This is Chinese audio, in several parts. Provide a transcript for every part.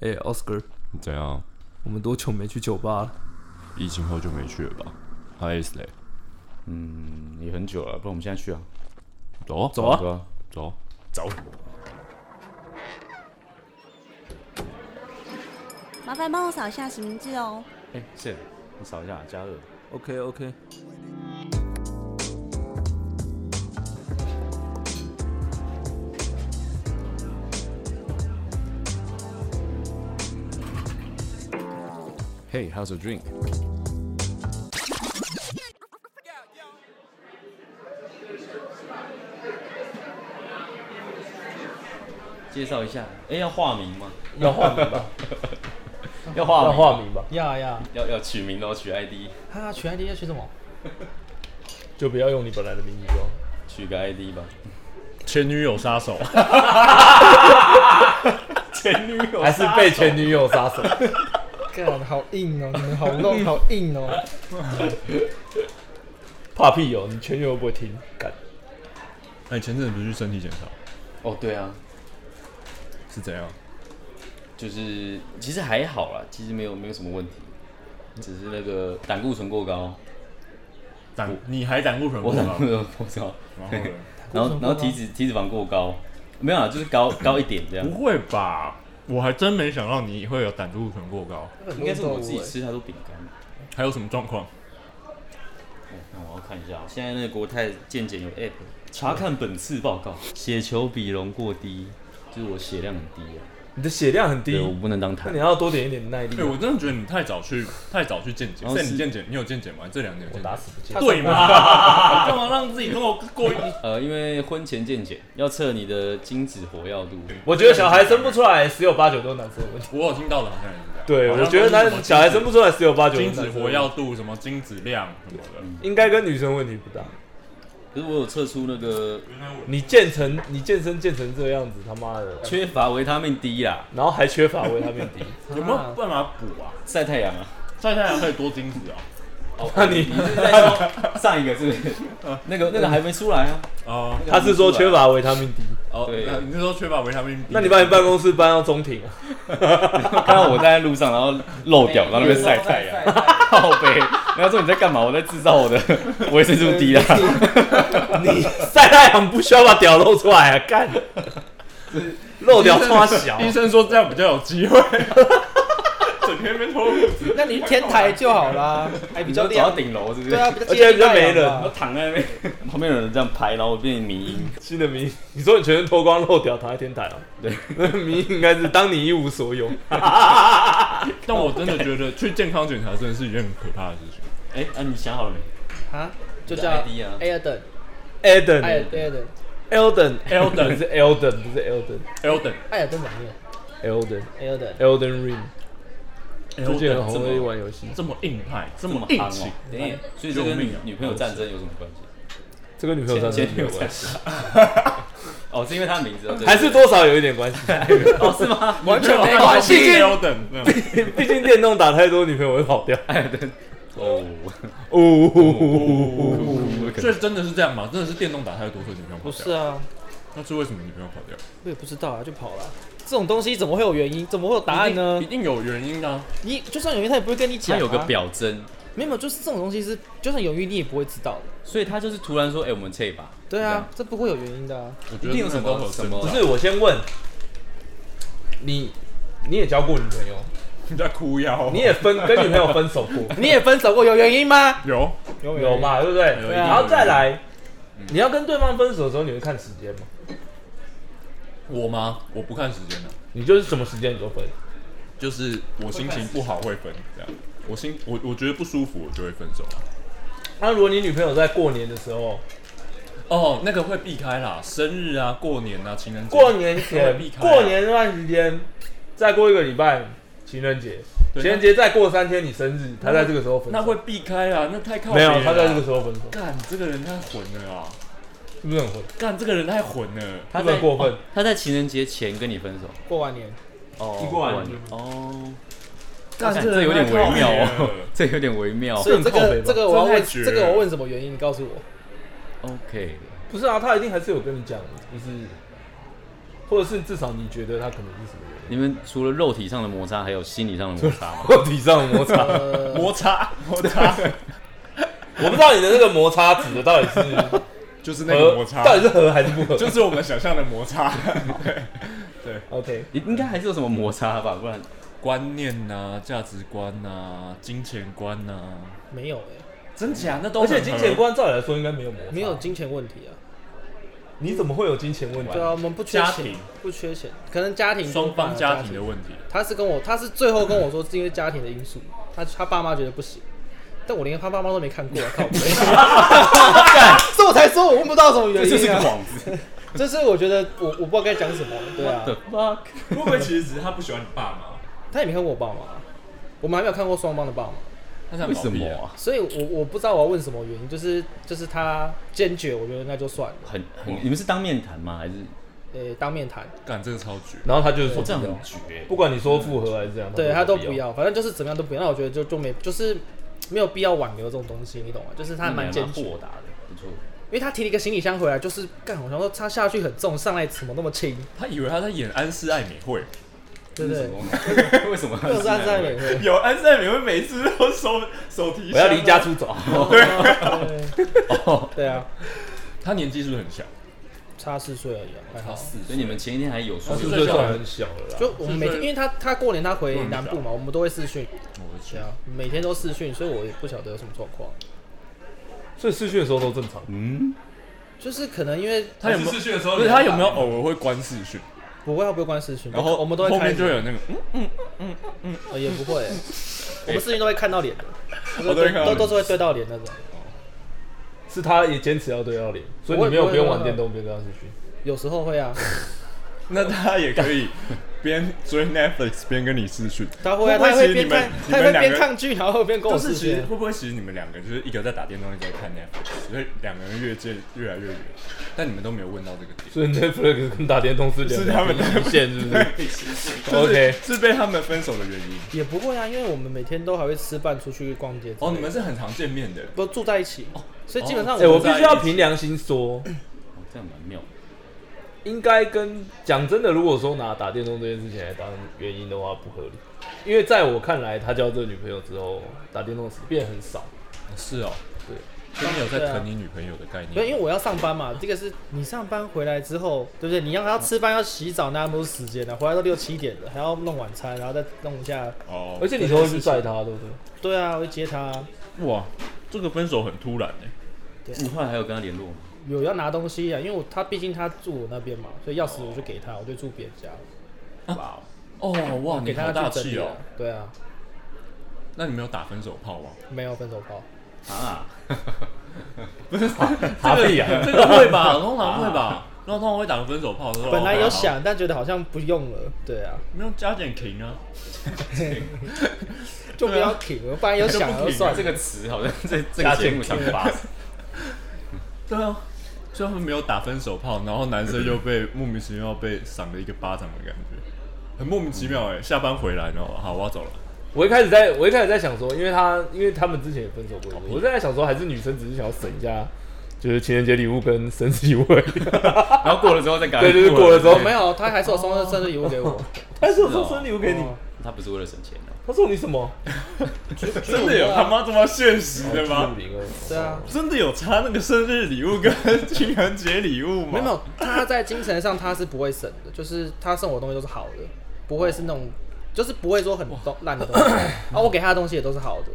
哎、奥 o s c a r 怎样？我们多久没去酒吧了？疫情后就没去了吧？还是嘞？嗯也很久了，不然我们现在去啊，走啊走啊对！吧？走，走，麻烦帮我扫一下实名制哦。哎、是，你扫一下加热。 OK OK， Hey, how's your drink？介绍一下，哎、要化名吗？要化名吧， 要化要名，化名吧。要要，要要取名哦，取 ID，他取 ID 要取什么？ 就不要用你本来的名字哦。取个 ID 吧。前女友杀 手，前女友 还是被前女友杀手？ 干，好硬哦，你们好弄，好硬哦。 怕屁哦，你前女友不会听。干，哎、前阵子不是去身体检查哦，对啊，是怎样？就是其实还好啦，其实没有没有什么问题，只是那个胆固醇过高，胆，你还胆固醇我过胆高固？醇过高，然后呢？然后然后胆固醇过高体脂体脂肪过高，没有啊，就是高高一点这样不。会吧？我还真没想到你会有胆固醇过高，应该是我自己吃太多饼干。还有什么状况？哦那我要看一下，现在那个国泰健检有 app，查看本次报告，血球比容过低，就是我血量很低啊，你的血量很低对，我，不能当那坦你。要多点一点耐力哎、。我真的觉得你太早去，太早去健检。然后现是在你健检，你有健检吗？这两年有我健打检？死不见。对嘛？ 干嘛让自己跟我过一？呃，因为婚前健检要测你的精子活跃度，我觉得小孩生不出来，十有八九都是男生的问题。我有听到的，好像也是这样。对，好像我觉得都是什男么小孩生不出来，十有八九都是精男生子的问题活跃度、什么精子量什么的，应该跟女生问题不大。可是我有测出那个你健成，你健身健成这样子，他妈的，缺乏维他命 D 啦，然后还缺乏维他命 D，啊有没有办法补啊？晒太阳啊。晒太阳可以多精子啊？那你你是在说 上一个是不是？那个那个还没出来啊。哦哦那个还他没是说出来缺乏维他命 D，哦，对那你是说缺乏维他命 B？那你把你办公室搬到中庭啊？看到我站在路上，然后漏屌，然后那边哎晒太阳， 靠背。然后说你在干嘛？我在制造我的维生素 D 啊啦。你 晒太阳不需要把屌露出来啊，干，露屌他妈小，啊医生说这样比较有 机会。整天被偷裤子，那你天台就好 啦，还比你就较走到亮。顶楼是不是？对啊，比较而且比较没人接地然气后啊躺在那边，旁边有人这样拍，然后我变成迷音。新的迷， 你说你全身脱光露屌躺在天台啊？对，那迷应该是当你一无所有，但我真的觉得去健康检查真的是一件很可怕的事情。哎，啊，你想好了没？啊，嗯就你的叫 ID 啊 Elden，艾尔 哎 Eden 艾尔登， Elden Elden 是 Elden 不是 Elden ，Elden，艾尔登怎么念 Elden ？Elden， Elden Ring 哎最近很红的一这么款游戏，这么硬派，这这么么憨硬气哦，。等一下所以这救跟命女啊女朋友战争有什么关系？这跟女朋友战争前没女友有关战系，争。 哦，是因为他的 名字哦，对还是多少有一点 关系，哦是吗？ 完全没关系 Elden，那样毕竟电动打太多，女朋友会跑掉。哦， 哦， 所以真的是这样吗？真的是电动打太多，所以女朋友跑掉？不是，啊，那是为什么女朋友跑掉？我也不知道啊，就跑了。这种东西怎么会有原因？怎么会有答案啊呢一？定有原因啊。你就算有原因，他也不会跟你他讲、啊。有个，表征，没有，就是这种东西是，就算有原因，你也不会知道的。所以他就是突然说，哎，我们这一把，对啊，这不会有原因的、啊。我觉一得定有什真的都么有什深么不是，我先问你，你也交过女朋友，你在哭腰哦？你也分跟女朋友分手 过，你也分手过，有原因吗？有有有？嘛？对不对？有嗯然后再来，你要跟对方分手的时候，你会看时间吗？我吗？我不看时间的。啊你就是什么时间你就分，就是我心情不好会分，这样。我心我我觉得不舒服，我就会分手啊。那如果你女朋友在过年的时候，嗯哦，那个会避开啦，生日啊、过年啊、情人节。过年都会前避开、啊过年那段时间，再过一个礼拜，情人节，情对人节再过三天你生日，他在这个时候分手，那会避开啊，那太靠没北有？了他在这个时候分手，干这个人太混了啊！是不是很混？干这个人太混了。是不是很过哦分？他在情人节前跟你分手，过完年，哦，一过完年哦，干看这这个有点人微妙太靠北哦了， 这有点微妙。所以这这很靠北个吧这个我要这太问，绝这个我要问什么原因？你告诉我。 OK，不是啊，他一定还是有跟你讲，就是或者是至少你觉得他可能是什么原因？你们除了肉体上的摩擦，还有心理上的摩擦吗？ 肉体上的摩 擦， 呃摩擦 摩擦，我不知道你的那个摩擦指的到底 是就是那呃个合摩擦，，到底是合还是不合？ 就是我们想象的摩擦，对 OK，你应该还是有什么摩擦吧，不然 观念呐、价值观呐、金钱观啊呐、没有哎、真假那都而且很合金钱观照理来说应该没有摩擦，没有金钱问题啊。你怎么会有金钱问题对？啊，我们不缺家钱庭，不缺钱，可能家庭双方家家庭的问题，他是跟我，他是最后跟我说是因为家庭的因素，他他爸妈觉得不行，但我连他爸妈都没 看过、啊，靠背， 所以我才说我问不到什么原这是因个啊，幌子。这是我觉得我我不知道该讲什么，对啊 What，the fuck？会不会其实只是他不喜欢你爸妈？他也没看过我爸妈，我们还没有看过双方的爸妈，他想为什逃避么啊？啊？所以我我不知道我要问什么原因，就是就是他坚决，我觉得那就算了，很很，你们是当面谈吗？还是呃、当面谈，干这个超绝，然后他就是说我这样很绝欸？不管你说复合还是这样，对他都不要。要，反正就是怎么样都不要，那我觉得就就没就是没有必要挽留这种东西，你懂吗？就是他还蛮坚决豁。达的，不错。因为他提了一个行李箱回来，就是干，我想说他下去很重，上来怎么那么轻，他以为他在演安室爱美惠，对不 对？为什么？又是按在美惠，有安室爱美惠每次都手手提我要箱啊离家出走，哦对 哦 对啊，他年纪是不是很小？差四岁而已啊，还好。所以你们前一天还有说他是不是算很小了啦？就我们每天，因为他他过年他回南部嘛，我们都会视讯，我的对天，啊，每天都视讯，所以我也不晓得有什么状况。所以试训的时候都正常。嗯就是可能因为他有没有试训的时候不是他有没有偶尔会关视讯？不会，他不会关视讯，然后我们都会后开面就会有那个，嗯，呃也不 会欸，我们视讯都会看到脸的，我都会看到都脸都是会对到脸那种。是他也坚持要对到脸，所以我你没有我不用我嗯玩电动，不用跟他试训。有时候会啊，那他也可以边追 Netflix 边跟你视讯。他会啊，不他其会实边你们看，他你会们两边个，抗拒，然后边跟我就视是其实讯。会不会其实你们两个就是一个在打电动，一个在看 Netflix，所以两个人越界越来越远，但你们都没有问到这个点。所以 Netflix 跟打电动是两是他们的的线，是不是？就是 OK 是被他们分手的原因。也不会啊，因为我们每天都还会吃饭、出去逛街之类的。哦，你们是哦很常见面的，都住在一起，所以基本上 哎，我我必须要凭良心说，哦这样蛮妙的。应该跟讲真的，如果说拿打电动这件事情来当原因的话，不合理。因为在我看来，他交这个女朋友之后，打电动时变很少。是哦，对，他们有在对啊疼你女朋友的概念。对，因为我要上班嘛，这个是你上班回来之后，对不对？你要还要吃饭、要洗澡，那都是时间的，回来都六七点了，还要弄晚餐，然后再弄一下。哦，而且你都会去载他，对不对？对啊，我就接他，哇，这个分手很突然欸呢。你后来还有跟他联络吗？有要拿东西啊，因为我他毕竟他住我那边嘛，所以钥匙我就给他，我就住别人家，哦哇，给你他好大去整气理啊哦。对啊，那你没有打分手炮吗？没有分手炮，啊，哈屁啊！这个会 吧，通常会吧，然后通常会打个分手炮。说本来有，哦想，但觉得好像不用了，对啊，好没有加减停啊。就不要停了，本来有啊想就 不就停算了了这。个词好像在这个节目常发生。对啊，所以他们没有打分手炮，然后男生又被莫名其妙被赏了一个巴掌的感觉，很莫名其妙哎、下班回来，然后好，我要走了。 我一开始在，我一开始在想说，因为他，因为他们之前也分手过一次，我在想说，还是女生只是想要省一下，就是情人节礼物跟生日礼物而 已。然后过了之后再赶对快对对，过了之后哦，没有，他还是有送生日礼物给我，他哎是我哦送生日礼物给你，他不是为了省钱的，他送你什么？真的有他妈这么现实的吗？零二，对啊，真的有差那个生日礼物跟情人节礼物吗？没有没有，他在精神上他是不会省的，就是他送我的东西都是好的，不会是那种，就是不会说很东烂的东西，啊，我给他的东西也都是好的，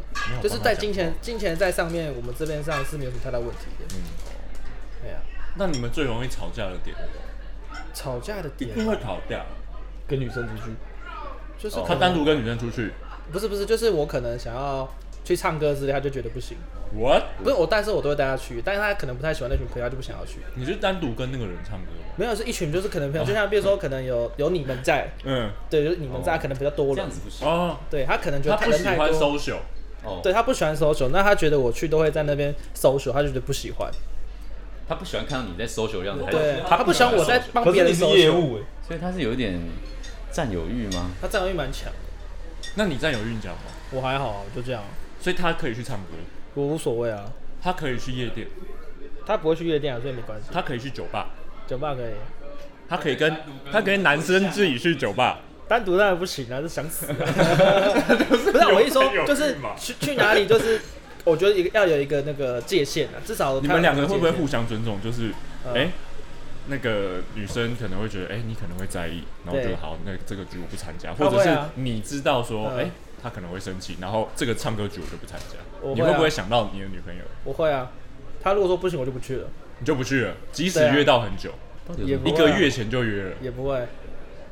就是在金钱金钱在上面，我们这边上是没有什么太大问题的，哎呀，那你们最容易吵架的点，吵架的一点定会吵架。哦跟女生出去，就是可他单独跟女生出去不是不是，就是我可能想要去唱歌之类，他就觉得不行， ，what？不是我，但是我都会带他去，但是他可能不太喜欢那群朋友，他就不想要去。你是单独跟那个人唱歌吗？没有，是一群就是可能朋友，就像比如说可能有有你们在，嗯，对，就是你们在可能比较多这人样，子不行哦，对他可能觉他得不人喜太欢多， social，哦。对他不喜欢 social，那他觉得我去都会在那边 social，他就觉得不喜欢，他不喜欢看到你在 social 的样子，还对是他不喜欢我在帮可别是人你是业 social，务哎，所以他是有一点占有欲吗？他占有欲蛮强的，那你占有韵脚吗？我还好啊，我就这样，所以他可以去唱歌，我无所谓啊，他可以去夜店，他不会去夜店啊，所以没关系，他可以去酒吧，酒吧可以，他可以跟他可以男生自己去酒吧，单独当然不行啊，是想 死、啊。不是我一说有有，就是欲嘛去去哪里，就是我觉得一个要有一个那个界限啊，至少你他们有两个界会不会限互相尊重？就是，哎、嗯那个女生可能会觉得，哎、你可能会在意，然后对就好，那这个局我不参加，他或会啊者是你知道说，嗯哎、她可能会生气，然后这个唱歌局我就不参加。我你会啊会不会想到你的女朋友，我会啊，他如果说不行，我就不去了，你就不去了？即使对啊约到很久，也不一会啊个月前就约了，也不会，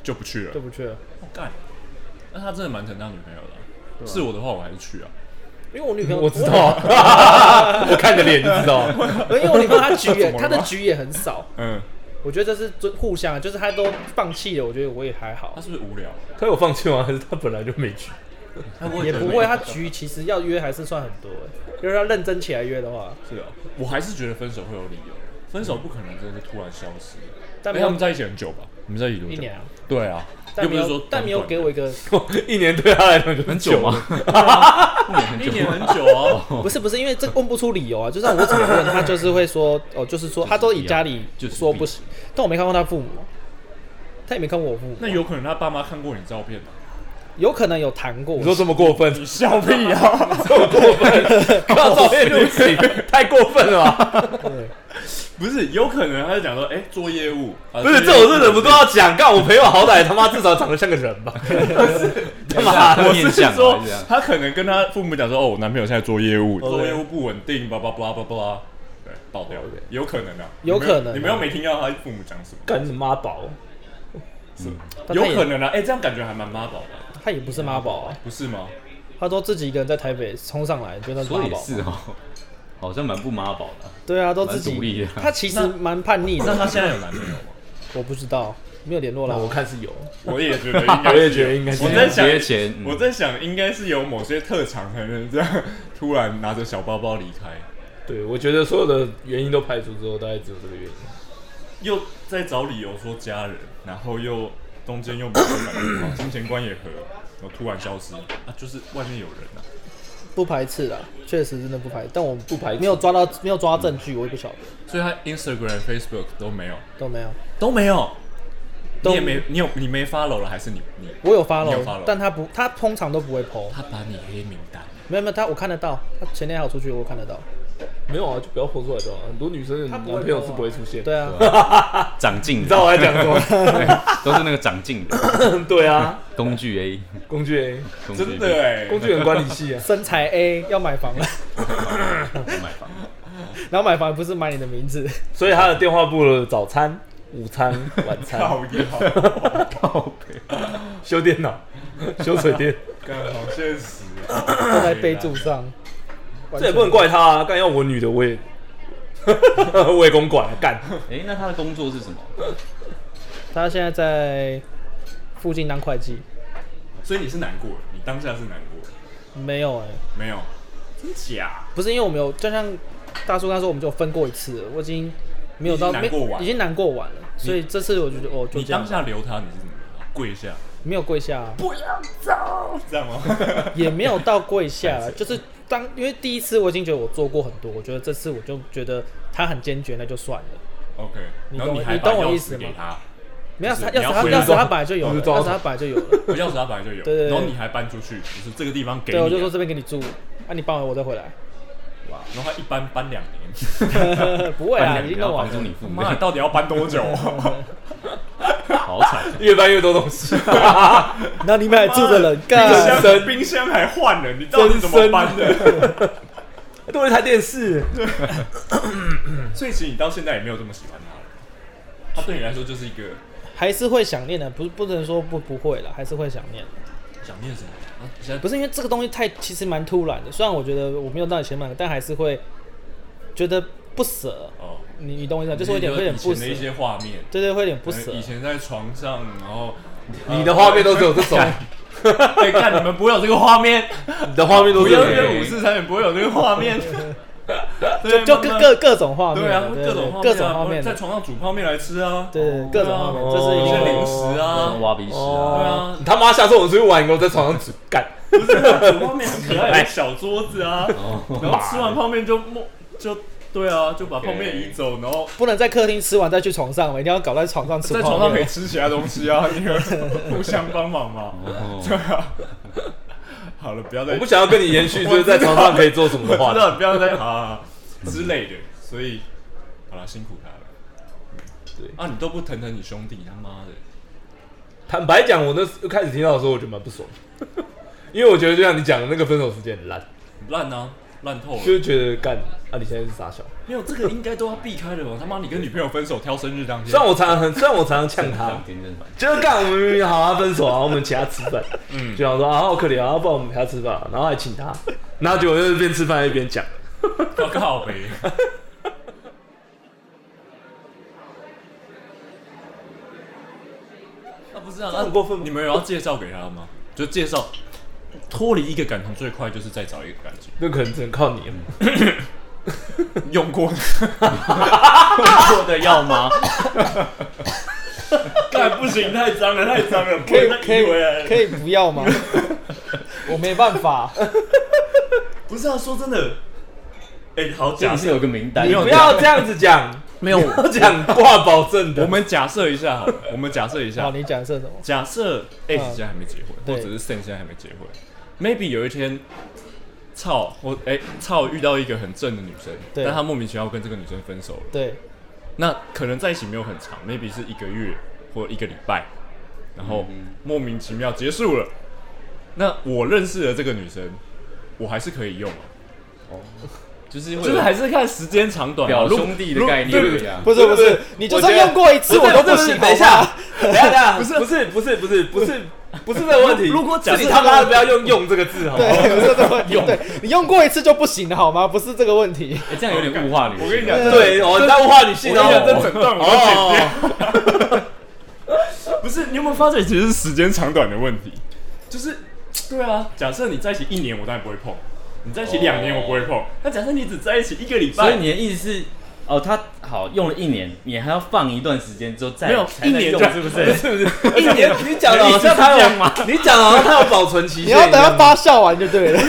就不去了就。不去了。哦干、那他真的蛮疼他女朋友的啊、是我的话，我还是去啊。因为我女朋友，我知 道，我看你的脸就知道。因为我女朋友她局也 怎么了吗她的局也很少，嗯，我觉得这是尊互相，啊就是她都放弃了，我觉得我也还好他，是不是无聊？他有放弃吗？还是他本来就没去？也不会。她局其实要约还是算很多、欸，就是要认真起来约的话，是哦，我还是觉得分手会有理由，分嗯手不可能真的是突然消失的。但哎没他有们在一起很久吧？你们在一起多久？一年啊。对啊，但又没不是说有，但没有给我一个，一年对他来讲就很久吗嘛。 一年很久 哦。不是不是，因为这问不出理由啊，就算我怎么问，他就是会说，哦，就是说，他都以家里就是说不不行，但我没看过他父母，他也没看过我父母，那有可能他爸妈看过你照片吗？有可能有谈过，你说这么过分？你笑 屁啊！这么过 分？靠照片录 起，太过分了吧？ 不是，有可能他就讲说，哎，做业务不是，这种事忍不住要讲。干，我朋友好歹他妈至少长得像个人 吧？他妈我的，面是相啊说这样，他可能跟他父母讲说，哦，我男朋友现在做业务，做业务不稳定，叭叭叭叭叭，对，爆掉，有可能啊，有可能啊你们又没听到他父母讲什么，干你妈宝！但有他也可能啊，哎，这样感觉还蛮妈宝的，啊他也不是妈宝啊，不是吗？他都自己一个人在台北冲上来，觉得说妈也宝，啊是哦， 好像蛮不妈宝的啊。对啊，都自蛮独立己的，他其实蛮叛逆那的，他现在有男朋友吗？我不知道，没有联络了，我看是有， 我也觉得应 该，我也觉得应该是我在想节，前嗯我在想应该是有某些特长才能嗯这样突然拿着小包包离开，对，我觉得所有的原因都排除之后，大概只有这个原因。又在找理由说家人，然后又中间又没有感觉好，金钱观也合，然后突然消失，啊，就是外面有人啊，不排斥啦，确实真的不排，但我不排斥没有抓到没有抓到证据，我也不晓得，所以他 Instagram、Facebook 都没有，都没有，都没有，都你也没，你有你没 follow 了，还是你你我有你 follow，有 follow 但他不，他通常都不会 PO，他把你黑名单，没有没有，他我看得到，他前天还有出去，我看得到，没有啊，就不要剖出来就好。很多女生的嗯男朋友是不会出现。对啊，长进你知道的，我在讲什么？都是那个长进 的对啊，工具 A，工具 A，工具 A 真的哎，工具人管理系啊。 身材 A 要买房了，买房， 然后买房不是买你的 名字，所以他的电话簿了早餐、午餐、晚餐，讨厌，好 修电脑、修水电，干好现实啊。都在备注上，完全这也不能怪他啊！干要我女的，我也 我也公管啊干。哎，那他的工作是什么？他现在在附近当会计，所以你是难过的，你当下是难过的，没有哎、没有？真假？不是因为我们有，就像大叔刚说，我们就有分过一次了，我已经没有已到经难过完没已经难过完了，所以这次我就觉得哦，就你这当样吧，下留他，你是怎么留他？跪下，没有跪下、啊，这 样吗？ 也没有到跪下、啊，就是当因为第一次我已经觉得我做过很多，我觉得这次我就觉得他很坚决，那就算了。 OK，你然后懂还你把懂我钥意思匙给他，没有，就是他你钥要匙他回钥匙到他本来就有了，就是抓钥匙他本来就有了。我钥匙他本来就有， 对对对然后你还搬出去，就是这个地方给你对，啊，我就说这边给你住，啊，你搬完我再回来。然后他一搬搬两 年，不会啊，搬已两经个弄要完帮了助。你父母妈，，你到底要搬多 久？ 好惨。越搬越多东西，那你们还住的人冰 干？箱冰箱还换了，你到底怎么搬的？ 多一台电视。 所以其实你到现在也没有这么喜欢他了。他对你来说就是一个还是会想念的，不不能说不不会了，还是会想念的。想念什么？啊现在不是因为这个东西太其实蛮突然的，虽然我觉得我没有到你前满，但还是会觉得不舍。哦，你你懂我意思吗？就是会有点会有点以不前舍的，一些画面，对对，会有点不舍以。前在床上，然后你的画面都只有这种， 对，看你们不会有这个画 面， 你的画面都不只有要这种约五四三也不会有这个画面，对就慢各慢各各种画面，对啊，对各种对画面啊，各种画面，在对床上煮泡面来吃啊，对对各种画面，这是一一些个零食啊，挖鼻屎 啊，哦。你他妈下次我们出去玩，你给我在床上只干。啊 哎煮泡面很可爱的小桌子啊，然后吃完泡面就摸就对啊，就把泡面移走，然后不能在客厅吃完再去床上，一定要搞在床上吃泡在面。床上可以吃其他东西 啊，因为互相帮忙嘛。哦对啊，好了，不要再 我不想要跟你延续，就是在床上可以做什么我的话知题。道，不要再啊之类的，所以好了，辛苦他了。对啊，你都不疼疼你兄弟，他妈的！坦白讲，我那时开始听到的时候，我觉得蛮不爽，因为我觉得就像你讲的那个分手时间很烂，烂啊，烂透就了。是觉得干啊，你现在是傻小。没有这个应该都要避开的吧？哦他妈，你跟女朋友分手挑生日当天虽，然我常常 很，虽然我常常呛他当，天真的蛮就是干我们明明好啊分手啊，我们请他吃饭，嗯就想说啊好可怜啊，不然我们陪他吃饭啊，然后还请 他，然后结果就是边吃饭一边讲，我靠 呗。那不是啊，那很过分吗你们有要介绍给他吗？就介绍脱离一个感情最快就是再找一个感 情，那可能只能靠你了。用过的做的要吗？ 干不行，太脏了，太脏了，不可以能可再移回来以可以不要吗？ 我没办法，不是啊，说真的，哎、好这假里是设有个名单，没有不要这样子 讲， 没 有，不要讲挂保证我的，们假设一下好了，我们假设一下，好，你讲是什么？假设 S 嗯现在还没结婚，对或者是 Sen 现在还没结婚，maybe 有一天。操，或哎、操遇到一个很正的女生，对但他莫名其妙跟这个女生分手了。对，那可能在一起没有很长，maybe 是一个月或一个礼拜，然后嗯莫名其妙结束了。那我认识的这个女生，我还是可以用啊，就是就是还是看时间长短啊。表如果兄弟的概念如不果一样。不是不对是，你就算用过一次我都不行。等一好不下好，，等一下， 不是不是不是不是不是不是这个问题。如果假设是你他妈的不要用“用”这个字，好不对，好？不是这个问题。对你用过一次就不行了好吗？不是这个问题。哎，这样有点物化女性。啊我跟你讲，这对，哦，你在物化女性我跟你讲，这哦。整段我都剪掉。哦 不是，你有没有发现其实是时间长短的问题？就是，对啊，假设你在一起一年，我当然不会碰；你在一起两年，我不会碰。那假设你只在一起一个礼所以拜，你的意思是，哦，他好用了一年，你还要放一段时间之后再没有才能一年用就是不是？ 是不是？一年 你讲的好像他你是这有样吗，你讲的好像他有保存期限你一样。要等它发酵完就对了。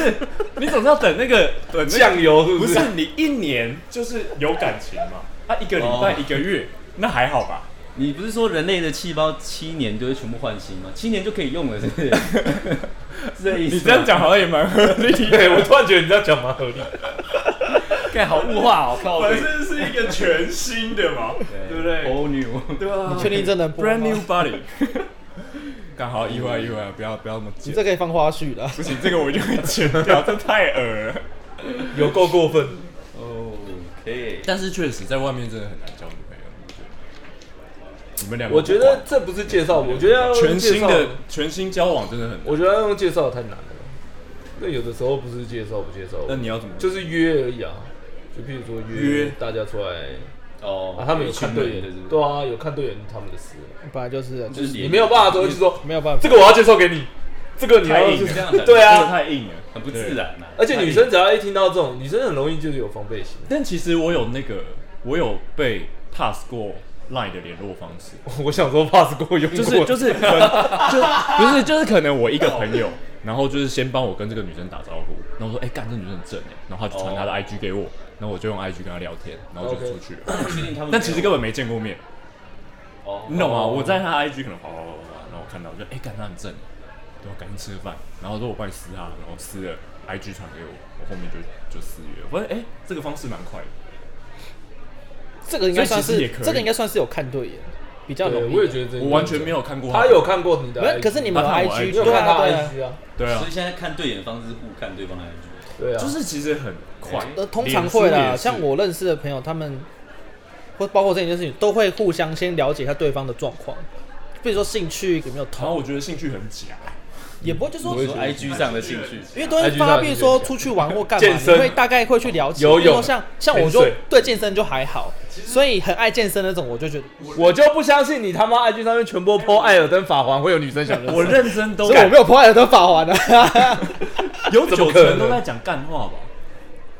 你总是要等那个等那个，酱油是不不是？是你一年就是有感情嘛？啊，一个礼拜、哦一个月，那还好吧？你不是说人类的细胞七年就会全部换新吗？七年就可以用了，是不 是？是这意思？你这样，讲好像也蛮合理的。对，我突然觉得你这样讲蛮合理的。看好物化哦，靠反背，正是一个全新的嘛，对不对？ ？All new，对啊你确定这能播 Brand new 吗？ body，刚好意外意外，不要不要那么你剪，这可以放花絮了。不行，这个我就会剪掉，这太恶了。有够过分，哦，可以。但是确实在外面真的很难交女朋友，你觉得？你们两个我觉得这不是介绍，我觉得要用全新介绍的全新交往真的很难，我觉得要用介绍太难了。那有的时候不是介绍不介绍，那你要怎么？就是约而已啊。就譬如说约约大家出来哦啊，他们有看对眼是不是？对啊，有看对眼他们的事。本来就是，就是你没有办法走过去说没有办法。这个我要介绍给你，这个你太要硬了，这样很对真的啊。太硬了，很不自然啊。而且女生只要一听到这种，女生很容易就是有防备心。但其实我有那个，我有被 pass 过 Line 的联络方式，我想说 pass 过用过，就是就是可 能就不是就是可能我一个朋友，然后就是先帮我跟这个女生打招呼，然后我说哎干、这女生很正哎，然后他就传她的 IG 给我，然后我就用 IG 跟她聊天，然后哦就 OK 出去了。不确定他们没有，但其实根本没见过面，哦你懂吗？我在她 IG 可能哗哗哗哗哗，然后我看到我就哎干、她很正耶，对啊我赶紧吃个饭，然后说我帮你撕她，然后撕了 IG 传给我，我后面就就私约，我说哎、这个方式蛮快的。这个应该算所以其是实也可，以这个应该算是有看对眼，比较对，容易。我也觉得这我完全没有看过他有看过你的没有 IG，可是你们有他看我 IG， IG 你有对看啊他对啊 IG 啊？对啊哦所以，现在看对眼的方式是互看对方的 IG，对啊，就是其实很快，呃，通常会脸书啦，也是像我认识的朋友，他们或包括这件事情，都会互相先了解一下对方的状况，比如说兴趣有没有然后投，我觉得兴趣很假，也不会就说，说 IG 上的兴 趣。因为都会 IG 发，上比如就说是出去玩或干嘛，健你身会大概会去了解。游泳比如说像像我潜就水对健身就还好，所以很爱健身那种，我就觉得，我就不相信你他妈 IG 上面全部 po 艾尔登法环会有女生想认识。我认真都所以我没有破坏了 的法环啊。 有怎九么可成能都在讲干话吧？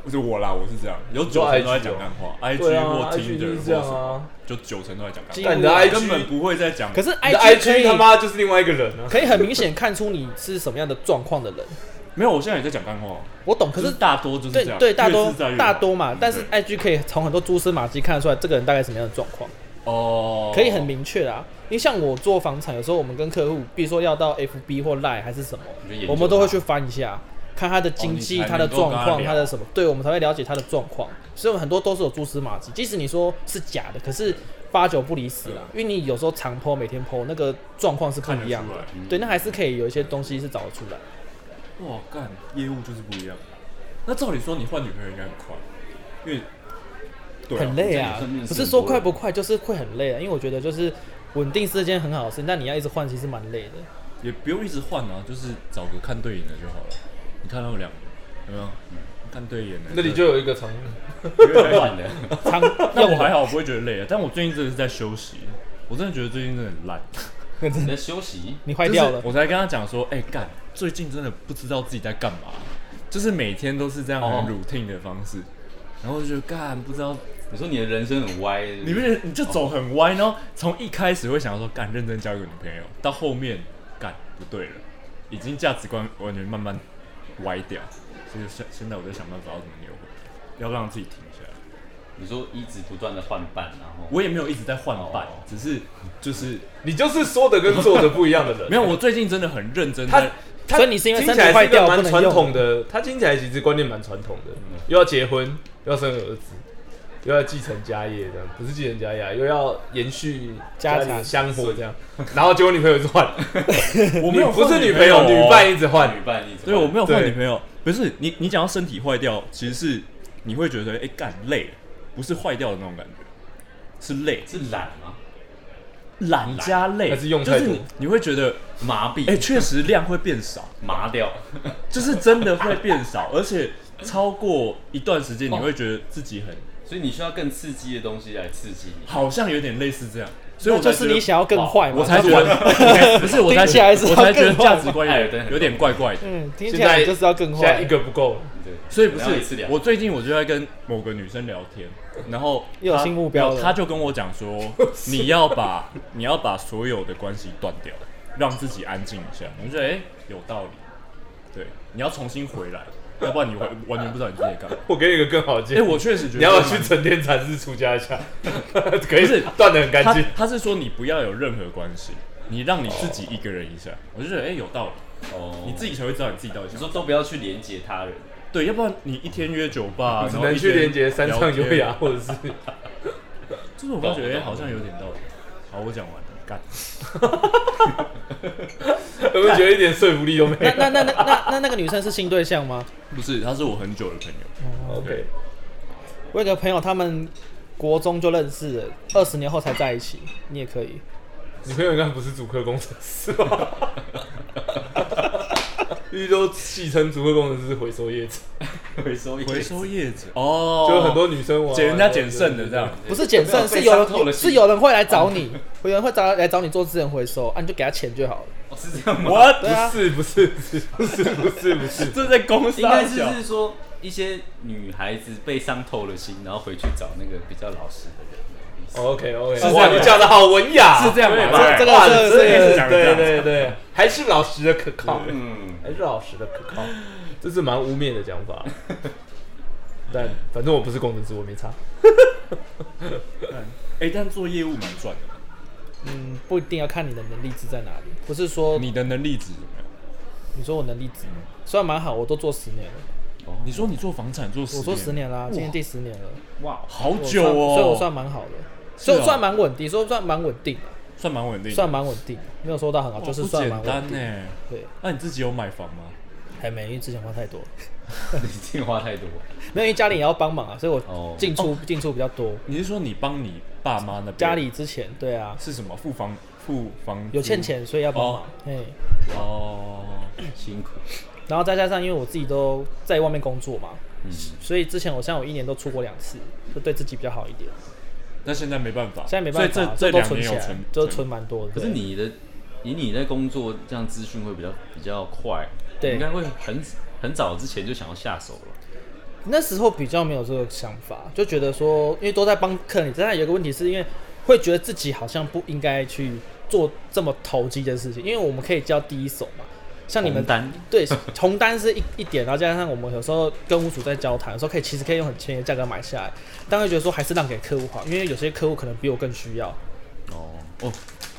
不是我啦，我是这样，有九成都在哦讲干话，IG 对啊或 IG 就 Tinder 是或这什样么啊，就九成都在讲干几话，乎但你的啊 IG 根本不会在讲。可是你的 IG 可以他妈就是另外一个人啊。可以很明显看出你是什么样的状况的人，没有，我现在也在讲干话，我懂，可就是大多就是对这样，对，大越多自在越好嗯大多嘛，但是哎对 IG 可以从很多蛛丝马迹看得出来这个人大概什么样的状况，哦，可以很明确啦。因为像我做房产，有时候我们跟客户，比如说要到 FB 或 Line 还是什么你就研，究我们都会去翻一下，看他的经哦济、你才他的能够状跟他况、聊他的什么，对我们才会了解他的状况。所以我们很多都是有蛛丝马迹，即使你说是假的，可是八九不离十啦。因为你有时候常 PO，每天 PO，那个状况是不嗯看得一样出的。来。嗯对，那还是可以有一些东西是找得出来。哇，干业务就是不一样。那照理说，你换女朋友应该很快，因为对、很累我啊觉得你算面，试不是很说多快人不快，就是会很累啊。因为我觉得就是稳定是一件很好的事，但你要一直换，其实蛮累的。也不用一直换啊，就是找个看对眼的就好了。你看到有两个，有没有？嗯看对眼的，那里就有一个长，乱了， 常那我用还好，我不会觉得累啊。但我最近真的是在休息，我真的觉得最近真的很烂。你在休息，你坏掉就了是。我才跟他讲说，哎、干，最近真的不知道自己在干嘛，就是每天都是这样很 routine 的方式，然后就觉得干不知道，你说你的人生很歪，你不是你就走很歪，然后从一开始会想说干认真交一个女朋友，到后面干不对了，已经价值观完全慢慢歪掉，所以现现在我在想办法要怎么扭回来，要让自己停下来。你说一直不断的换伴，然后我也没有一直在换伴哦，只是就是你就是说的跟做的不一样的 人。没有，我最近真的很认真他在。他所以你是因为听身起体来是坏一个掉不蛮能传用嗯统的，他听起来其实观念蛮传统的，又要结婚，又要生儿子，又要继承家业，这样不是继承家业、啊，又要延续家里的产香火这样，然后结果女朋友一直 换，你我没有不是换女朋友，哦女伴一直换，女伴一直对，我没有换对女朋友，不是你，你讲到身体坏掉，其实是你会觉得哎干、累了，不是坏掉的那种感觉，是累，是懒吗？懒加累，还是用就是太多你你会觉得麻哎，痹，确、实量会变少，麻掉， 就是真的会变少，而且超过一段时哦间，你会觉得自己很所以你需要更刺激的东西来刺激你。好像有点类似这样，所以那我才就是觉得你想要更坏嘛？我才他觉得不是，我才听起来是我才觉得要更价值观坏有点有点怪怪的。嗯，听起现在来就是要更现在坏一。个不够了，对， 所以不可能要一次是两，我最近我就在跟某个女生聊天，然后又有她新目标了她就跟我 讲说，你要把你要把所有的关系断掉，让自己安静一下。我觉得哎、诶有道理，对，你要重新回来，要不然你完完全不知道你自己在 干嘛。我给你一个更好的哎、建议，我确实觉得你要不要去成天禅寺出家一 下，可以不是断的很干他净。他是说你不要有任何关系，你让你自己一个人一下。我就觉得哎、诶有道理，哦，你自己才会知道你自己到底你想说都不要去连接他人， 对，要不然你一天约酒吧，哦只然后能一去天连接山聊上天优雅，或者 是就是我发觉，哎、好像有点道理。好，我讲完了，干。有没有觉得一点说服力都没 有那那那那那那那个女生是新对象吗？不是，他是我很久的朋友。 ？OK，我有个朋友，他们国中就认识了，二十年后才在一起。你也可以，女朋友应该不是主科工程师 吧？因为都戏称主科工程师是回收叶子，回收回收叶子哦，就有很多女生玩啊捡人家捡剩的这样。。不是减剩，被是有伤透了人心是有人会来找 你，有人会找来找你做资源回收啊，你就给他钱就好了。哦是这样吗？我对啊不是不是不是不是不是不 是，这在公司啊应该是是说一些女孩子被伤透了心，然后回去找那个比较老实的人。 OK OK，是这样哦哇，吗你讲的好文雅，是这样吧吧？这个哇这个真的这个是讲得这对对样对，还是老实的可靠，嗯，还是老实的可靠， 这是蛮污蔑的讲法。但反正我不是工程师，我没差。哎，但做业务蛮赚的。嗯，不一定要看你的能力值在哪里，不是说你的能力值怎么样？你说我能力值虽然蛮好，我都做十年了，你说你做房产做十，我做十，年啦，今年第十年了，哇，好我久算哦，所以我算蛮好的，是所哦以我算蛮稳定，所以我算蛮稳定的，算蛮稳定的，算蛮稳定的，没有说到很好，哇就是不算简蛮稳单欸定的。呢。对，那你自己有买房吗？还没，因为之前花太多了， 你电话太 多，没有，因为家里也要帮忙啊，所以哦我进出进出比较多。你是说你帮你爸妈那边家里之前对啊，是什么付房付房租有欠钱，所以要帮忙哦。哎，哦？辛苦。然后再加上因为我自己都在外面工作嘛，嗯所以之前我像我一年都出国两次，就对自己比较好一点。那现在没办法，现在没办所以法，这这都两存年起有来存，，就存蛮多的。可是你的以你在工作这样资讯会比较比较快，对你应该会很很早之前就想要下手了。那时候比较没有这个想法，就觉得说，因为都在帮客人，但是有一个问题是因为会觉得自己好像不应该去做这么投机的事情，因为我们可以教第一手嘛。像你们红单对红单是一一点，然后加上我们有时候跟屋主在交谈，说可以其实可以用很便宜的价格买下来，但会觉得说还是让给客户好，因为有些客户可能比我更需要。哦哦，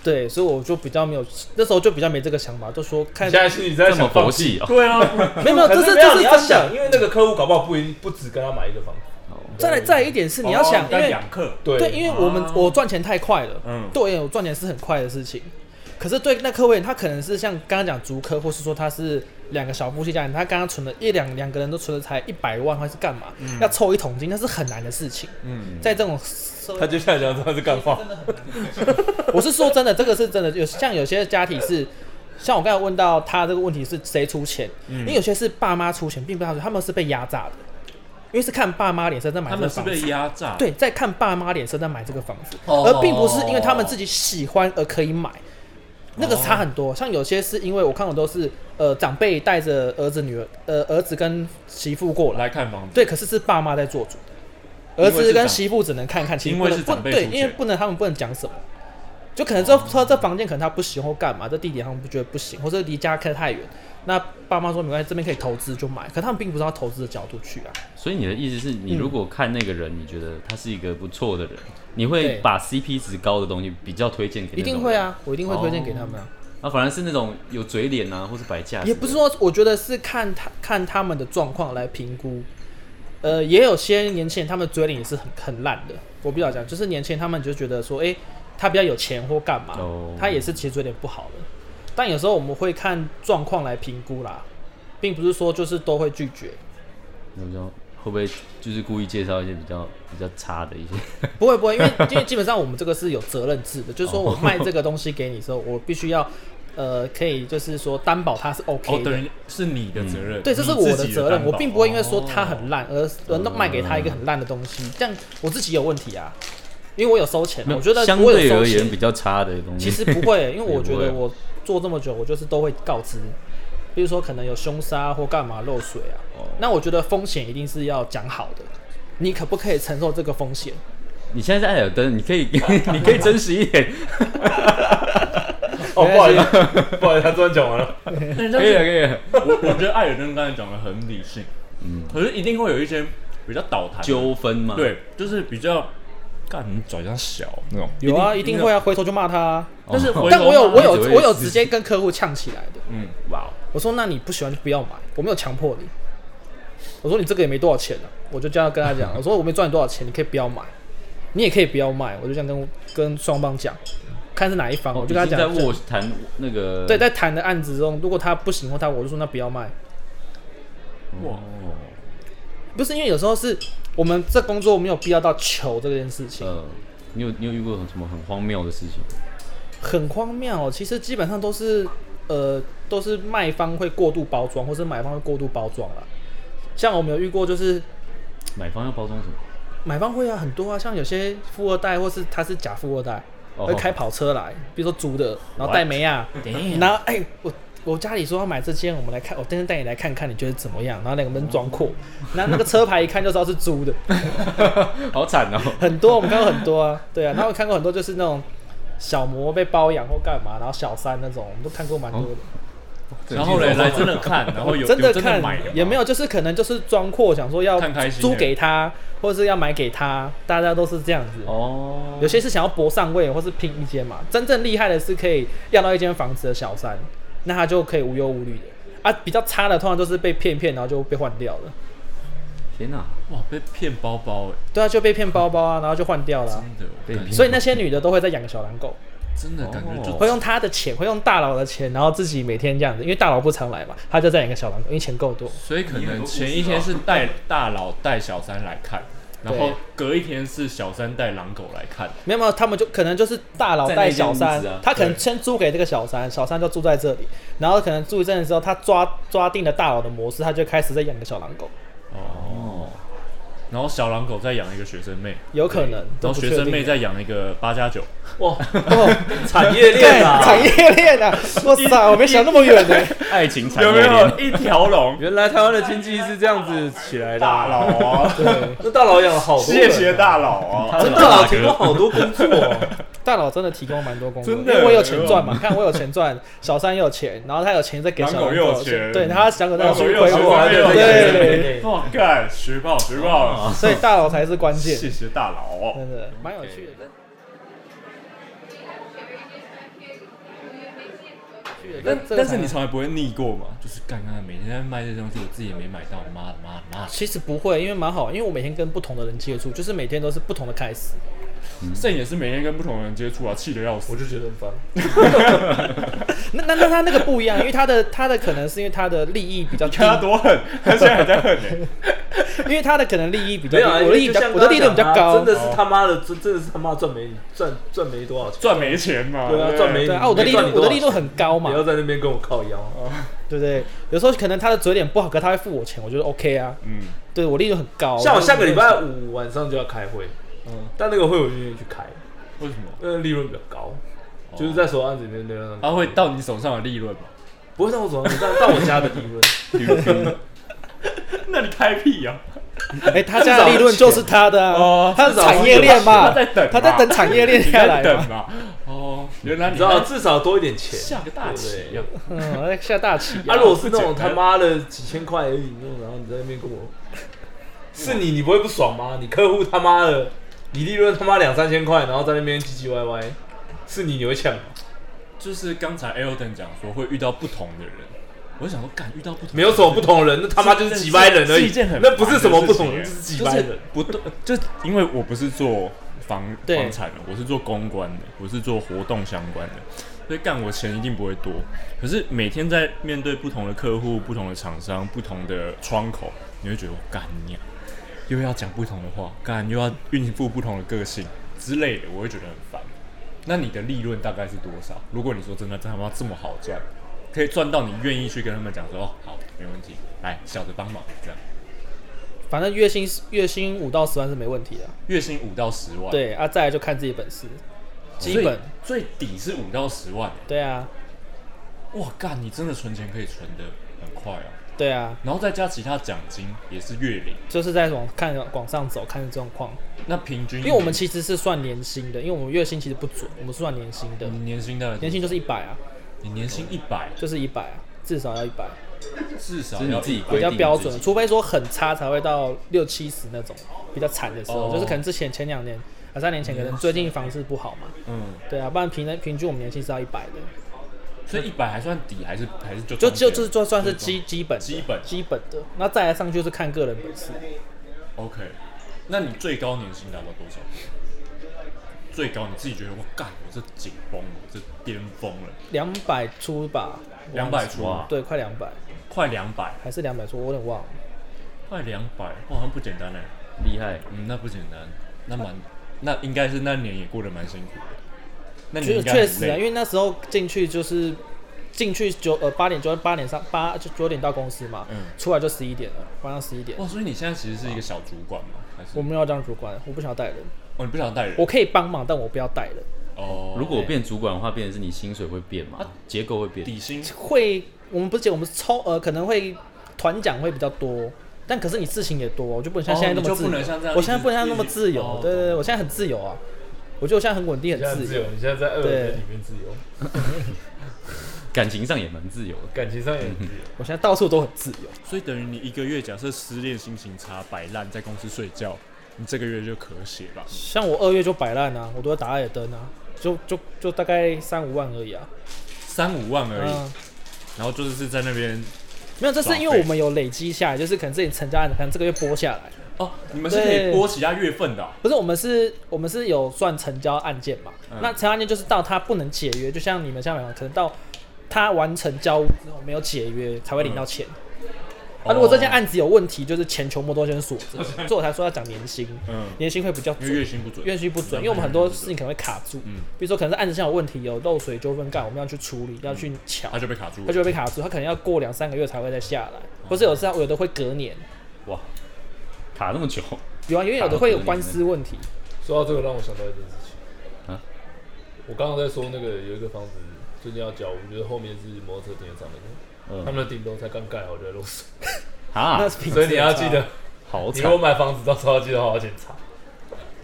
对，所以我就比较没有，那时候就比较没这个想法，就说看现在心里在这么想佛放弃，系哦，对啊，没有没有，这可是没有这是你要真的。想，因为那个客户搞不好不一定不止跟他买一个房子，再来再来一点 是你要想，因要为养客，对对，因为我们哦我赚钱太快了，嗯对我而言我赚钱是很快的事情。可是对那客户而言，他可能是像刚刚讲足科，或是说他是两个小夫妻家庭，他刚刚存了一两两个人都存了才一百万，还是干嘛？要凑一桶金，那是很难的事情。嗯，在这种社会他就像想知道是干话，我是说真的，这个是真的，有像有些家庭是，像我刚才问到他这个问题是谁出钱，嗯因为有些是爸妈出钱，并不是他出钱，他们是被压榨的，因为是看爸妈脸色在买他这个们是房子被。压榨，，对，在看爸妈脸色在买这个房子，哦而并不是因为他们自己喜欢而可以买，那个差很多。哦像有些是因为我看我都是呃长辈带着儿子女儿，呃儿子跟媳妇过来，来看房子，对，可是是爸妈在做主，因为儿是子跟长媳妇只能看看，其实因不为能是不长辈对，出哦因为钱不能他们不能讲什么。就可能这说这房间可能他不喜欢或干嘛，这地点他们不觉得不行，或者离家开太远，那爸妈说没关系，这边可以投资就买，可他们并不是要投资的角度去啊。所以你的意思是你嗯如果看那个人，你觉得他是一个不错的人，你对会把 CP 值高的东西比较推荐给一那种定会人，啊，我一定会推荐给他们啊。啊，反而是那种有嘴脸啊，或是摆架子的，也不是说，我觉得是看他看他们的状况来评估。呃，也有些年轻人他们嘴脸也是很很烂的。我比较讲，就是年轻人他们就觉得说，诶，他比较有钱或干嘛哦他也是其实嘴脸不好的。但有时候我们会看状况来评估啦，并不是说就是都会拒绝。那种会不会就是故意介绍一些比较比较差的一些？不会不会，因为因为基本上我们这个是有责任制的，就是说我卖这个东西给你之后，我必须要呃可以就是说担保它是 OK 哦，的。等于是你的责任，对，这是你自我己的的责任，担我保哦并不会因 为说他很烂而而弄卖给他一个很烂的东西，这样我自己有问题啊，因为我有收钱啊， 我觉 得相我有对收而言钱比，较差的东西，其实不会，因为我也不觉得会我做这么久，我就是都会告知，比如说可能有凶杀或干嘛漏水啊，那我觉得风险一定是要讲好的，你可不可以承受这个风险？你现在在艾尔登，你可 以 你可以真实一点，哦，不好意思， 不好意思，他突然讲完了，但是可以啊了可以了，啊我我觉得艾尔登刚才讲的很理性，嗯，啊可是一定会有一些比较倒谈的纠纷嘛，，对，就是比较干你拽他小那种，有啊，一定会啊，回头就骂他啊，但是哦回但头我有我有那只会我有是直接跟客户呛起来的，嗯，哇，我说那你不喜欢就不要买，我没有强迫你。我说你这个也没多少钱啊，我就这样跟他讲，我说我没赚你多少钱，你可以不要买，你也可以不要卖，我就这样跟跟双方讲，看是哪一方，我我就就跟他跟他讲，哦在卧谈那个对，在谈的案子中，如果他不行或他，我就说那不要卖。哇，不是因为有时候是我们这工作没有必要到求这件事情，呃，你有你有遇过什么很荒谬的事情？很荒谬哦、其实基本上都是呃都是卖方会过度包装，或是买方会过度包装了。像我们有遇过就是买方要包装什么？买方会啊，很多啊，像有些富二代或是他是假富二代，哦会开跑车来，比如说租的，然后带梅亚，然后哎、我我家里说要买这间，我们来看，我今天带你来看看，你觉得怎么样？然后两个人装阔，那那个车牌一看就知道是租的， 好惨哦！很多我们看过很多啊，对啊，然后我看过很多就是那种小模被包养或干嘛，然后小三那种，我们都看过蛮多的。然后嘞来真的看，然后有 真有的真看的买的吗也没有，就是可能就是装阔，想说要看开心租的给他，或者是要买给他，大家都是这样子。哦，有些是想要搏上位或是拼一间嘛。真正厉害的是可以要到一间房子的小三，那他就可以无忧无虑的。啊，比较差的通常都是被骗骗，然后就被换掉了。天哪，哇被骗包包哎，对啊，就被骗包包啊，然后就换掉了啊、真的我被感觉所以那些女的都会再养个小狼狗，真的感觉就会用她的钱，会用大佬的钱，然后自己每天这样子，因为大佬不常来嘛，她就再养个小狼狗，因为钱够多。所以可能前一天是带大佬带小三来看，然后隔一天是小三带狼狗来看，没有没有，他们就可能就是大佬带小三，啊他可能先租给这个小三，小三就住在这里，然后可能住一阵子之后，他抓抓定了大佬的模式，他就开始在养个小狼狗，然后小狼狗再养一个学生妹，有可能。然都后不学确生定妹再养一个八加九，哇，哦，产业对，链啊，产业 链啊，哇塞，我没想那么远呢。爱情产业 有没有链，一 条龙？原来台湾的经济是这样子起来的啊，大佬啊， 那大佬养了好多人啊，谢谢大佬啊！大佬提供好多工作哦，大佬真的提供蛮多工作，真因的为我有钱赚嘛，看我有钱赚，小三也有钱，然后他有钱再给小狼狗狼又有狗钱对，然后小狗再狼去狗又回有我，钱对狼狗又有对钱对对，哇，干，学报学报，所以大佬才是关键，哦谢谢大佬。哦真的蛮有趣的。但这个但才是你从来不会腻过嘛？就是干干每天在卖这些东西，我自己也没买到，妈的妈的妈的！其实不会，因为蛮好，因为我每天跟不同的人接触，就是每天都是不同的开始。这也是每天跟不同的人接触啊，气得要死。我就觉得很 烦。那那那他那个不一样，因为他的他的可能是因为他的利益比较你低，看他多 狠，他现在还在恨呢、因为他的可能利益比较没低，有啊，我的利益比较我的利润比较高，真的是他妈的，真真的是他妈赚没赚赚没多少钱。赚没钱嘛？对啊不赚没对啊，我的利润没赚你多我的少利润很高嘛不，要在那边跟我靠腰，对不对？有时候可能他的嘴脸不好，可他会付我钱，我觉得 OK 啊，嗯，对我利润很高。像我下个礼拜五，五晚上就要开会，嗯但那个会我就愿意去开，为什么？因为利润比较高，就是在手案子里面利润他、会到你手上的利润嘛？不会到我手上，但但我家的利润， 那你开屁啊呀、哎，他家的利润就是他的哦啊，他的产业链嘛，他在等嘛他在等产业链你在下来嘛等，嘛？哦，原来你你知道在至少多一点钱。下个大棋呀、嗯，在下大棋啊。啊，如果是那种不简他单妈的几千块而已，那种，然后你在那边跟我，是你你不会不爽吗？你客户他妈的，你利润他妈两三千块，然后在那边唧唧歪歪，是你你会抢吗？就是刚才 Elton 讲说会遇到不同的人，我想说，敢遇到不同的人，没有什么不同人，那他妈就是几百人而是已一件很，那不是什么不同人，烦的就事是情几百就人是。不对，就是因为我不是做房对房产的，我是做公关的，我是做活动相关的，所以干我钱一定不会多。可是每天在面对不同的客户、不同的厂商、不同的窗口，你会觉得我干你娘，又要讲不同的话，干又要应付不同的个性之类的，我会觉得很烦。那你的利润大概是多少？如果你说真的他妈这么好赚，可以赚到你愿意去跟他们讲说哦，好，没问题，来小的帮忙这样，反正月薪月薪五到十万是没问题的啊，月薪五到十万，，对啊，再来就看自己本事，基本最底是五到十万，欸对啊，哇干，你真的存钱可以存的很快啊，对啊，然后再加其他奖金也是月领，就是在往看往上走，看状况。那平均因为我们其实是算年薪的，因为我们月薪其实不准，我们是算年薪的，嗯你年薪大概年薪就是一百啊，你年薪一百，就是一百啊，至少要一百，至少这是你要自己规比较定标自准，己除非说很差才会到六七十那种比较惨的时候，哦就是可能之前前两年啊三年前可能最近房市不好嘛，嗯，对啊，不然平平均我们年薪是要一百的，所以一百还算底还是还是就就中就间就是就算是基基本的基本基本的，那再来上去就是看个人本事， OK，那你最高年薪达到多少？最高你自己觉得我干，我这紧绷了，我这巅峰了，两百出吧，我两忘百记出啊，对，快两百快两百，还是两百出，我有点忘了，快两百，哇好像不简单哎。厉害，嗯，那不简单，那蛮，那应该是那年也过得蛮辛苦的。那你确应该确很实累啊，因为那时候进去就是进去九呃八点九八点上八就九点到公司嘛，嗯出来就十一点了，晚上十一点。哇，所以你现在其实是一个小主管嘛？还是我没有要当主管，我不想要带人，哦，你不想带人？我可以帮忙，但我不要带人。哦，如果我变主管的话，变成是你薪水会变嘛？结构会变，底薪会，我们不是讲我们是抽呃可能会团奖会比较多，但可是你事情也多，我就不能像哦现在那你么就自由。不能像这样我现在一直不能像那么自由，一直哦对对对，我现在很自由啊，我觉得我现在很稳定，你现在很自自由由，。你现在在二对人里面自由，感情上也蛮自由的。感情上也很自由。我现在到处都很自由，所以等于你一个月假设失恋心情差摆烂在公司睡觉，你这个月就可写 吧。像我二月就摆烂啊，我都在打野灯啊，就就就大概三五万而已啊。三五万而已，嗯，然后就是在那边没有，这是因耍为废我们有累积下来，就是可能自己成家案，可能这个月播下来，哦，你们是可以播其他月份的啊、不是我们是，我们是有算成交案件嘛？那成交案件就是到他不能解约，就像你们像讲，可能到他完成交屋之后没有解约才会领到钱。那、哦如果这件案子有问题，就是钱全部都先锁着，所以我才说要讲年薪，嗯，年薪会比较因为月准，薪不准，月薪不准，因为我们很多事情可能会卡住，比如说可能是案子上有问题，有漏水纠纷干，我们要去处理，要去瞧他，就被卡住他了。就会被卡住，他可能要过两三个月才会再下来，或是有时候有的会隔年，哇，卡那么久，有啊，因为有的会有官司问题，说到这个，让我想到一件事情啊我刚刚在说那个有一个房子最近要交屋，就是后面是摩托车停车场那个，嗯他们的顶楼才刚盖好就在漏水，啊那，是品质所以你要很差记得，好你惨如果。买房子到时候要记得好好检查。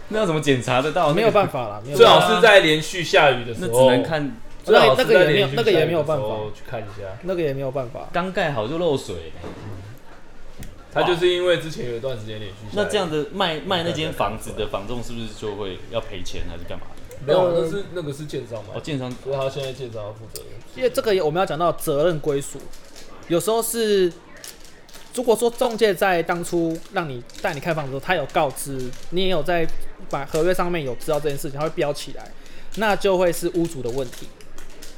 那要怎么检查得到？啊没有法，哦办法啦，没有最办法好是啊在连续下雨的时那候，只能看最好是在那个也没有连续下雨的时候那个也没有办法去看一下。那个也没有办法。刚盖好就漏水。他就是因为之前有一段时间连续下雨，那这样的卖啊卖那间房子的房仲是不是就会要赔钱还是干嘛的？没有，那是那个是建商嘛哦，，建商所以他现在建商要负责任。因为这个也我们要讲到责任归属，有时候是，如果说中介在当初让你带你看房子的时候，他有告知你也有在把合约上面有知道这件事情，他会标起来，那就会是屋主的问题。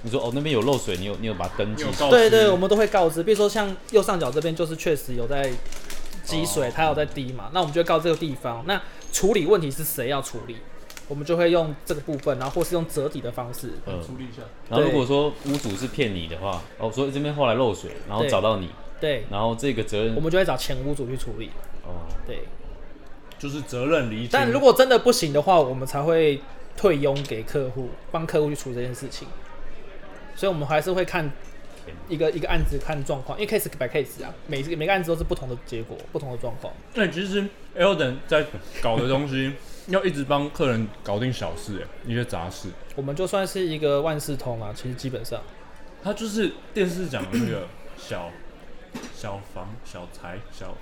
你说哦那边有漏水，你有你有把它登你记有？告知对对，我们都会告知，比如说像右上角这边就是确实有在积水，它有在滴嘛，那我们就会告这个地方。那处理问题是谁要处理，我们就会用这个部分，然后或是用折抵的方式。嗯，处理一下。然后如果说屋主是骗你的话，哦说这边后来漏水，然后对找到你，对，然后这个责任我们就会找前屋主去处理。哦对，就是责任厘清。但如果真的不行的话，我们才会退佣给客户，帮客户去处理这件事情。所以我们还是会看一个一个案子看状况，因为 case by case 啊，每一个每个案子都是不同的结果，不同的状况。那其实 Elden 在搞的东西，要一直帮客人搞定小事，哎，一些杂事。我们就算是一个万事通啊，其实基本上他就是电视讲的那个小小房、小财、小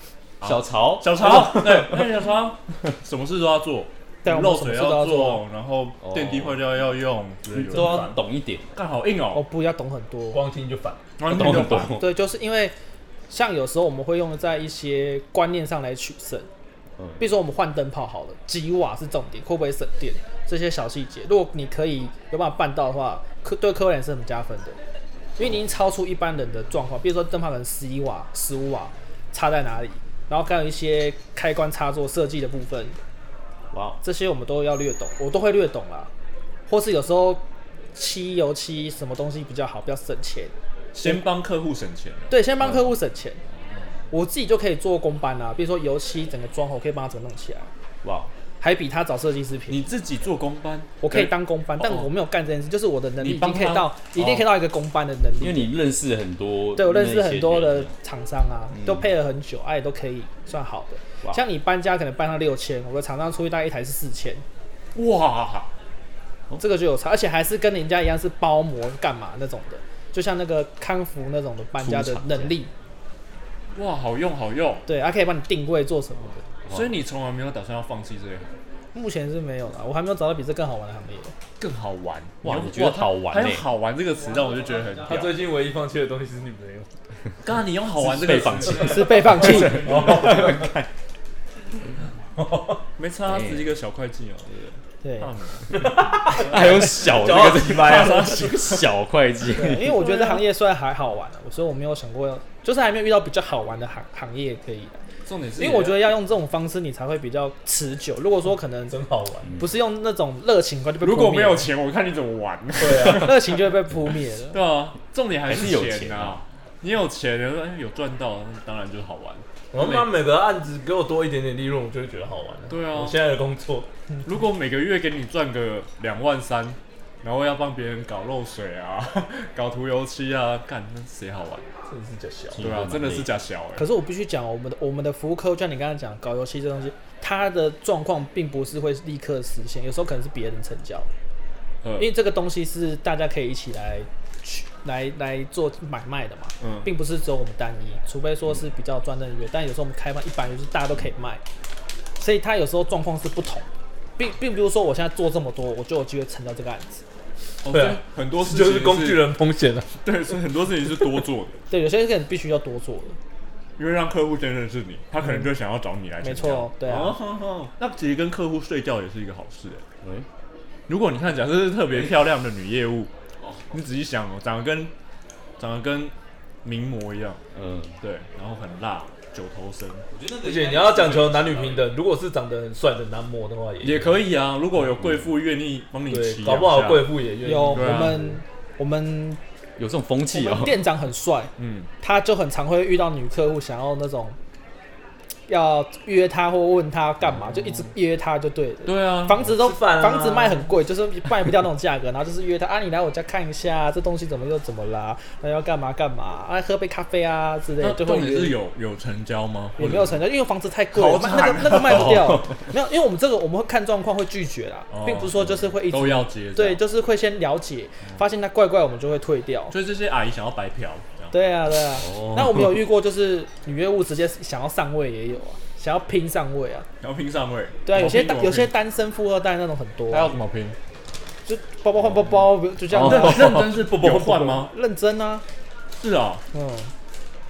小曹小曹，对，那小曹什么事都要做，对，我们漏什么水事都要做，做，然后哦电梯坏掉要用，之类的都要懂一点，干好硬哦，哦，不要懂很多。光听就烦，完全懂就很懂。多。对，就是因为像有时候我们会用在一些观念上来取胜，嗯比如说我们换灯泡好了，几瓦是重点，会不会省电，这些小细节，如果你可以有办法办到的话，客对客户来讲是很加分的，因为你已经超出一般人的状况，比如说灯泡可能十一瓦、十五瓦差在哪里，然后还有一些开关插座设计的部分，哇哦，这些我们都要略懂，我都会略懂啦。或是有时候漆油漆什么东西比较好，比较省钱。先帮客户省钱，对，先帮客户省钱，我自己就可以做工班啦、啊比如说油漆整个装潢，我可以帮他整个弄起来，哇哦，还比他找设计师便宜。你自己做工班，我可以当工班，但哦我没有干这件事，就是我的能力已你帮经可以他到，一定可以到一个工班的能力。因为你认识很多，对我认识很多那些的人厂商啊，都配合很久，哎、也都可以算好的。像你搬家可能搬到六千，我的厂商出去大概一台是四千，哇，这个就有差，而且还是跟人家一样是包膜干嘛那种的，就像那个康福那种的搬家的能力，哇，好用好用，对，啊还可以帮你定位做什么的。所以你从来没有打算要放弃这一行，目前是没有啦，我还没有找到比这更好玩的行业。 更好玩哇用你觉得好玩他欸用“好玩”这个词让我就觉得很他屌。最近唯一放弃的东西是女朋友。刚刚你用“好玩”这被个放弃词，是被放弃， 没差，他只是一个小会计哦，对不对？对，还有哎小这个地方，小会 计，因为我觉得这行业虽然还好玩啊，所以我没有想过要，就是还没有遇到比较好玩的行行业可以，重点是啊因为我觉得要用这种方式你才会比较持久。如果说可能真好玩。不是用那种热情，快就被如扑果灭没有了钱，我看你怎么玩。啊热情就会被扑灭了。 对啊，重点还还是是有钱钱啊啊。你有钱，然后哎有赚到，那当然就是好玩。我他妈每个案子给我多一点点利润，我就会觉得好玩了。对啊我现在的工作，如果每个月给你赚个两万三，然后要帮别人搞漏水啊， 搞涂油漆啊，干那谁好玩？真的是假笑。对啊，真的是假小哎、可是我必须讲，我们的我们的服务客户，就像你刚才讲搞游戏这东西，它的状况并不是会立刻实现，有时候可能是别人成交，因呃为这个东西是大家可以一起来去来来做买卖的嘛，嗯并不是只有我们单一，除非说是比较专任约，但有时候我们开放一般就是大家都可以卖，所以它有时候状况是不同的。并并不是说我现在做这么多，我就有机会成交这个案子。哦对啊很多事情就是工具，人风险了。 对，所以很多事情是多做的，对，有些人必须要多做的，因为让客户先认识你，他可能就想要找你来嗯没成交。错，对啊。哦吼吼那其实跟客户睡觉也是一个好事哎、哎如果你看，假设是特别漂亮的女业务，你仔细想哦，长得跟长得跟名模一样，嗯，对，然后很辣，九头身而且你要讲求男女平等，如果是长得很帅的男模的话，也可以啊。如果有贵妇愿意帮你对，骑，搞不好贵，妇也愿意。有我对啊们我们有这种风我气哦们，店长很帅，嗯，他就很常会遇到女客户想要那种要约他或问他干嘛，就一嗯直约他就对了。对啊，房子都吃饭啊房子卖很贵，就是卖不掉那种价格，然后就是约他啊，你来我家看一下，这东西怎么又怎么啦，那要干嘛干嘛啊，喝杯咖啡啊之类那的，就会重点是约。有有成交吗？也没有成交，因为房子太贵，好了，啊那个那个卖 不掉。没有，因为我们这个我们会看状况会拒绝啦哦，并不是说就是会一都直要接，对，，就是会先了解，发现他怪怪，我们就会退掉。所以这些阿姨想要白嫖，这样对啊，对啊。哦那我们有遇过就是女业务直接想要上位也有啊，想要拼上位啊。然后拼上位，对啊，有些怎么哦拼有些单身富二代那种很多他啊、要怎么拼？就包包换包包，就这样子啊、认认真是不不换吗？认真啊。是啊，嗯，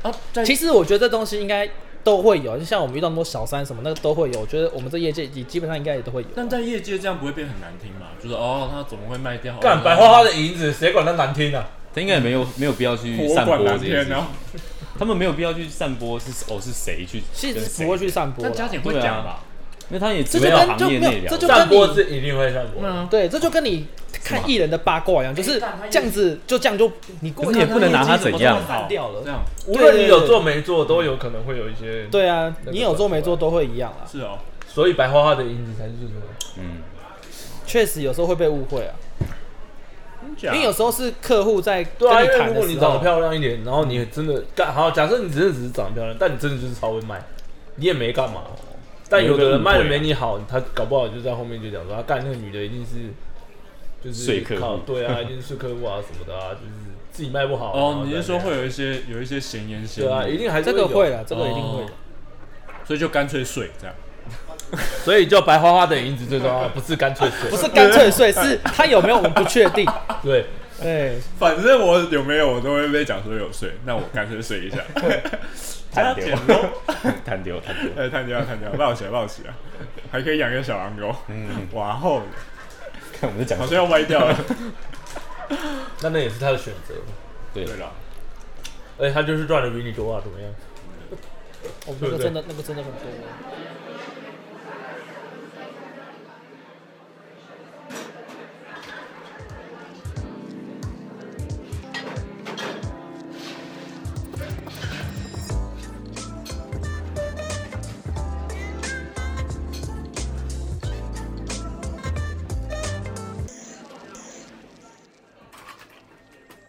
啊，在其实我觉得这东西应该都会有，就像我们遇到很多小三什么那个都会有，我觉得我们这业界也基本上应该也都会有。但在业界这样不会变很难听嘛？就是哦，他怎么会卖掉？哦干白花花的银子，谁管他难听啊？他应该也没有没有必要去我散播管啊这蓝件天事呢情，？他们没有必要去散播是哦是谁去，其实跟是谁不会去散播但啦，嘉景会讲吧？因为他也只这就会跟到就行业没内有，聊这。就散跟播你是一定会散播的，对，啊这就跟你看艺人的八卦一样，就是这样子，就这样就你过可是也不能拿他怎样散掉这了。样无论你对有做没做，都有可能会有一些。，对啊，你有做没做都会一样啊。是哦，所以白花花的银子才是最重要。嗯，确实有时候会被误会啊，因啊为有时候是客户在跟对啊，你因为谈如的果你时长得候，漂亮一点，然后你真的干好，假设你真的只是长得漂亮，但你真的就是超会卖，你也没干嘛。但有的人卖的没你好，他搞不好就在后面就讲说，他啊干那个女的一定是就是睡客户靠对啊，一定是客户啊什么的啊，就是自己卖不好啊。哦，你是说然后会在有一些有一些闲言闲那边对啊，一语，哦定还是哦这个会的，了，这个一定会的。所以就干脆睡这样。所以叫白花花的银子最重要，不是干脆水，不是干脆睡，是他有没有我们不确定。对。对，反正我有没有我都会被讲说有睡，那我干脆睡一下。探剪丢， 探丢，探丢。 哎，探家探家，抱起来抱起来，啊还可以养个小狼狗。嗯，哇后看我们在好讲像要歪掉了。那那也是他的选择，对对了，而且他就是赚的比你多啊，怎么样？我们对哦那不个对真的那个真的很多。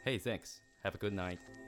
Hey, thanks. Have a good night.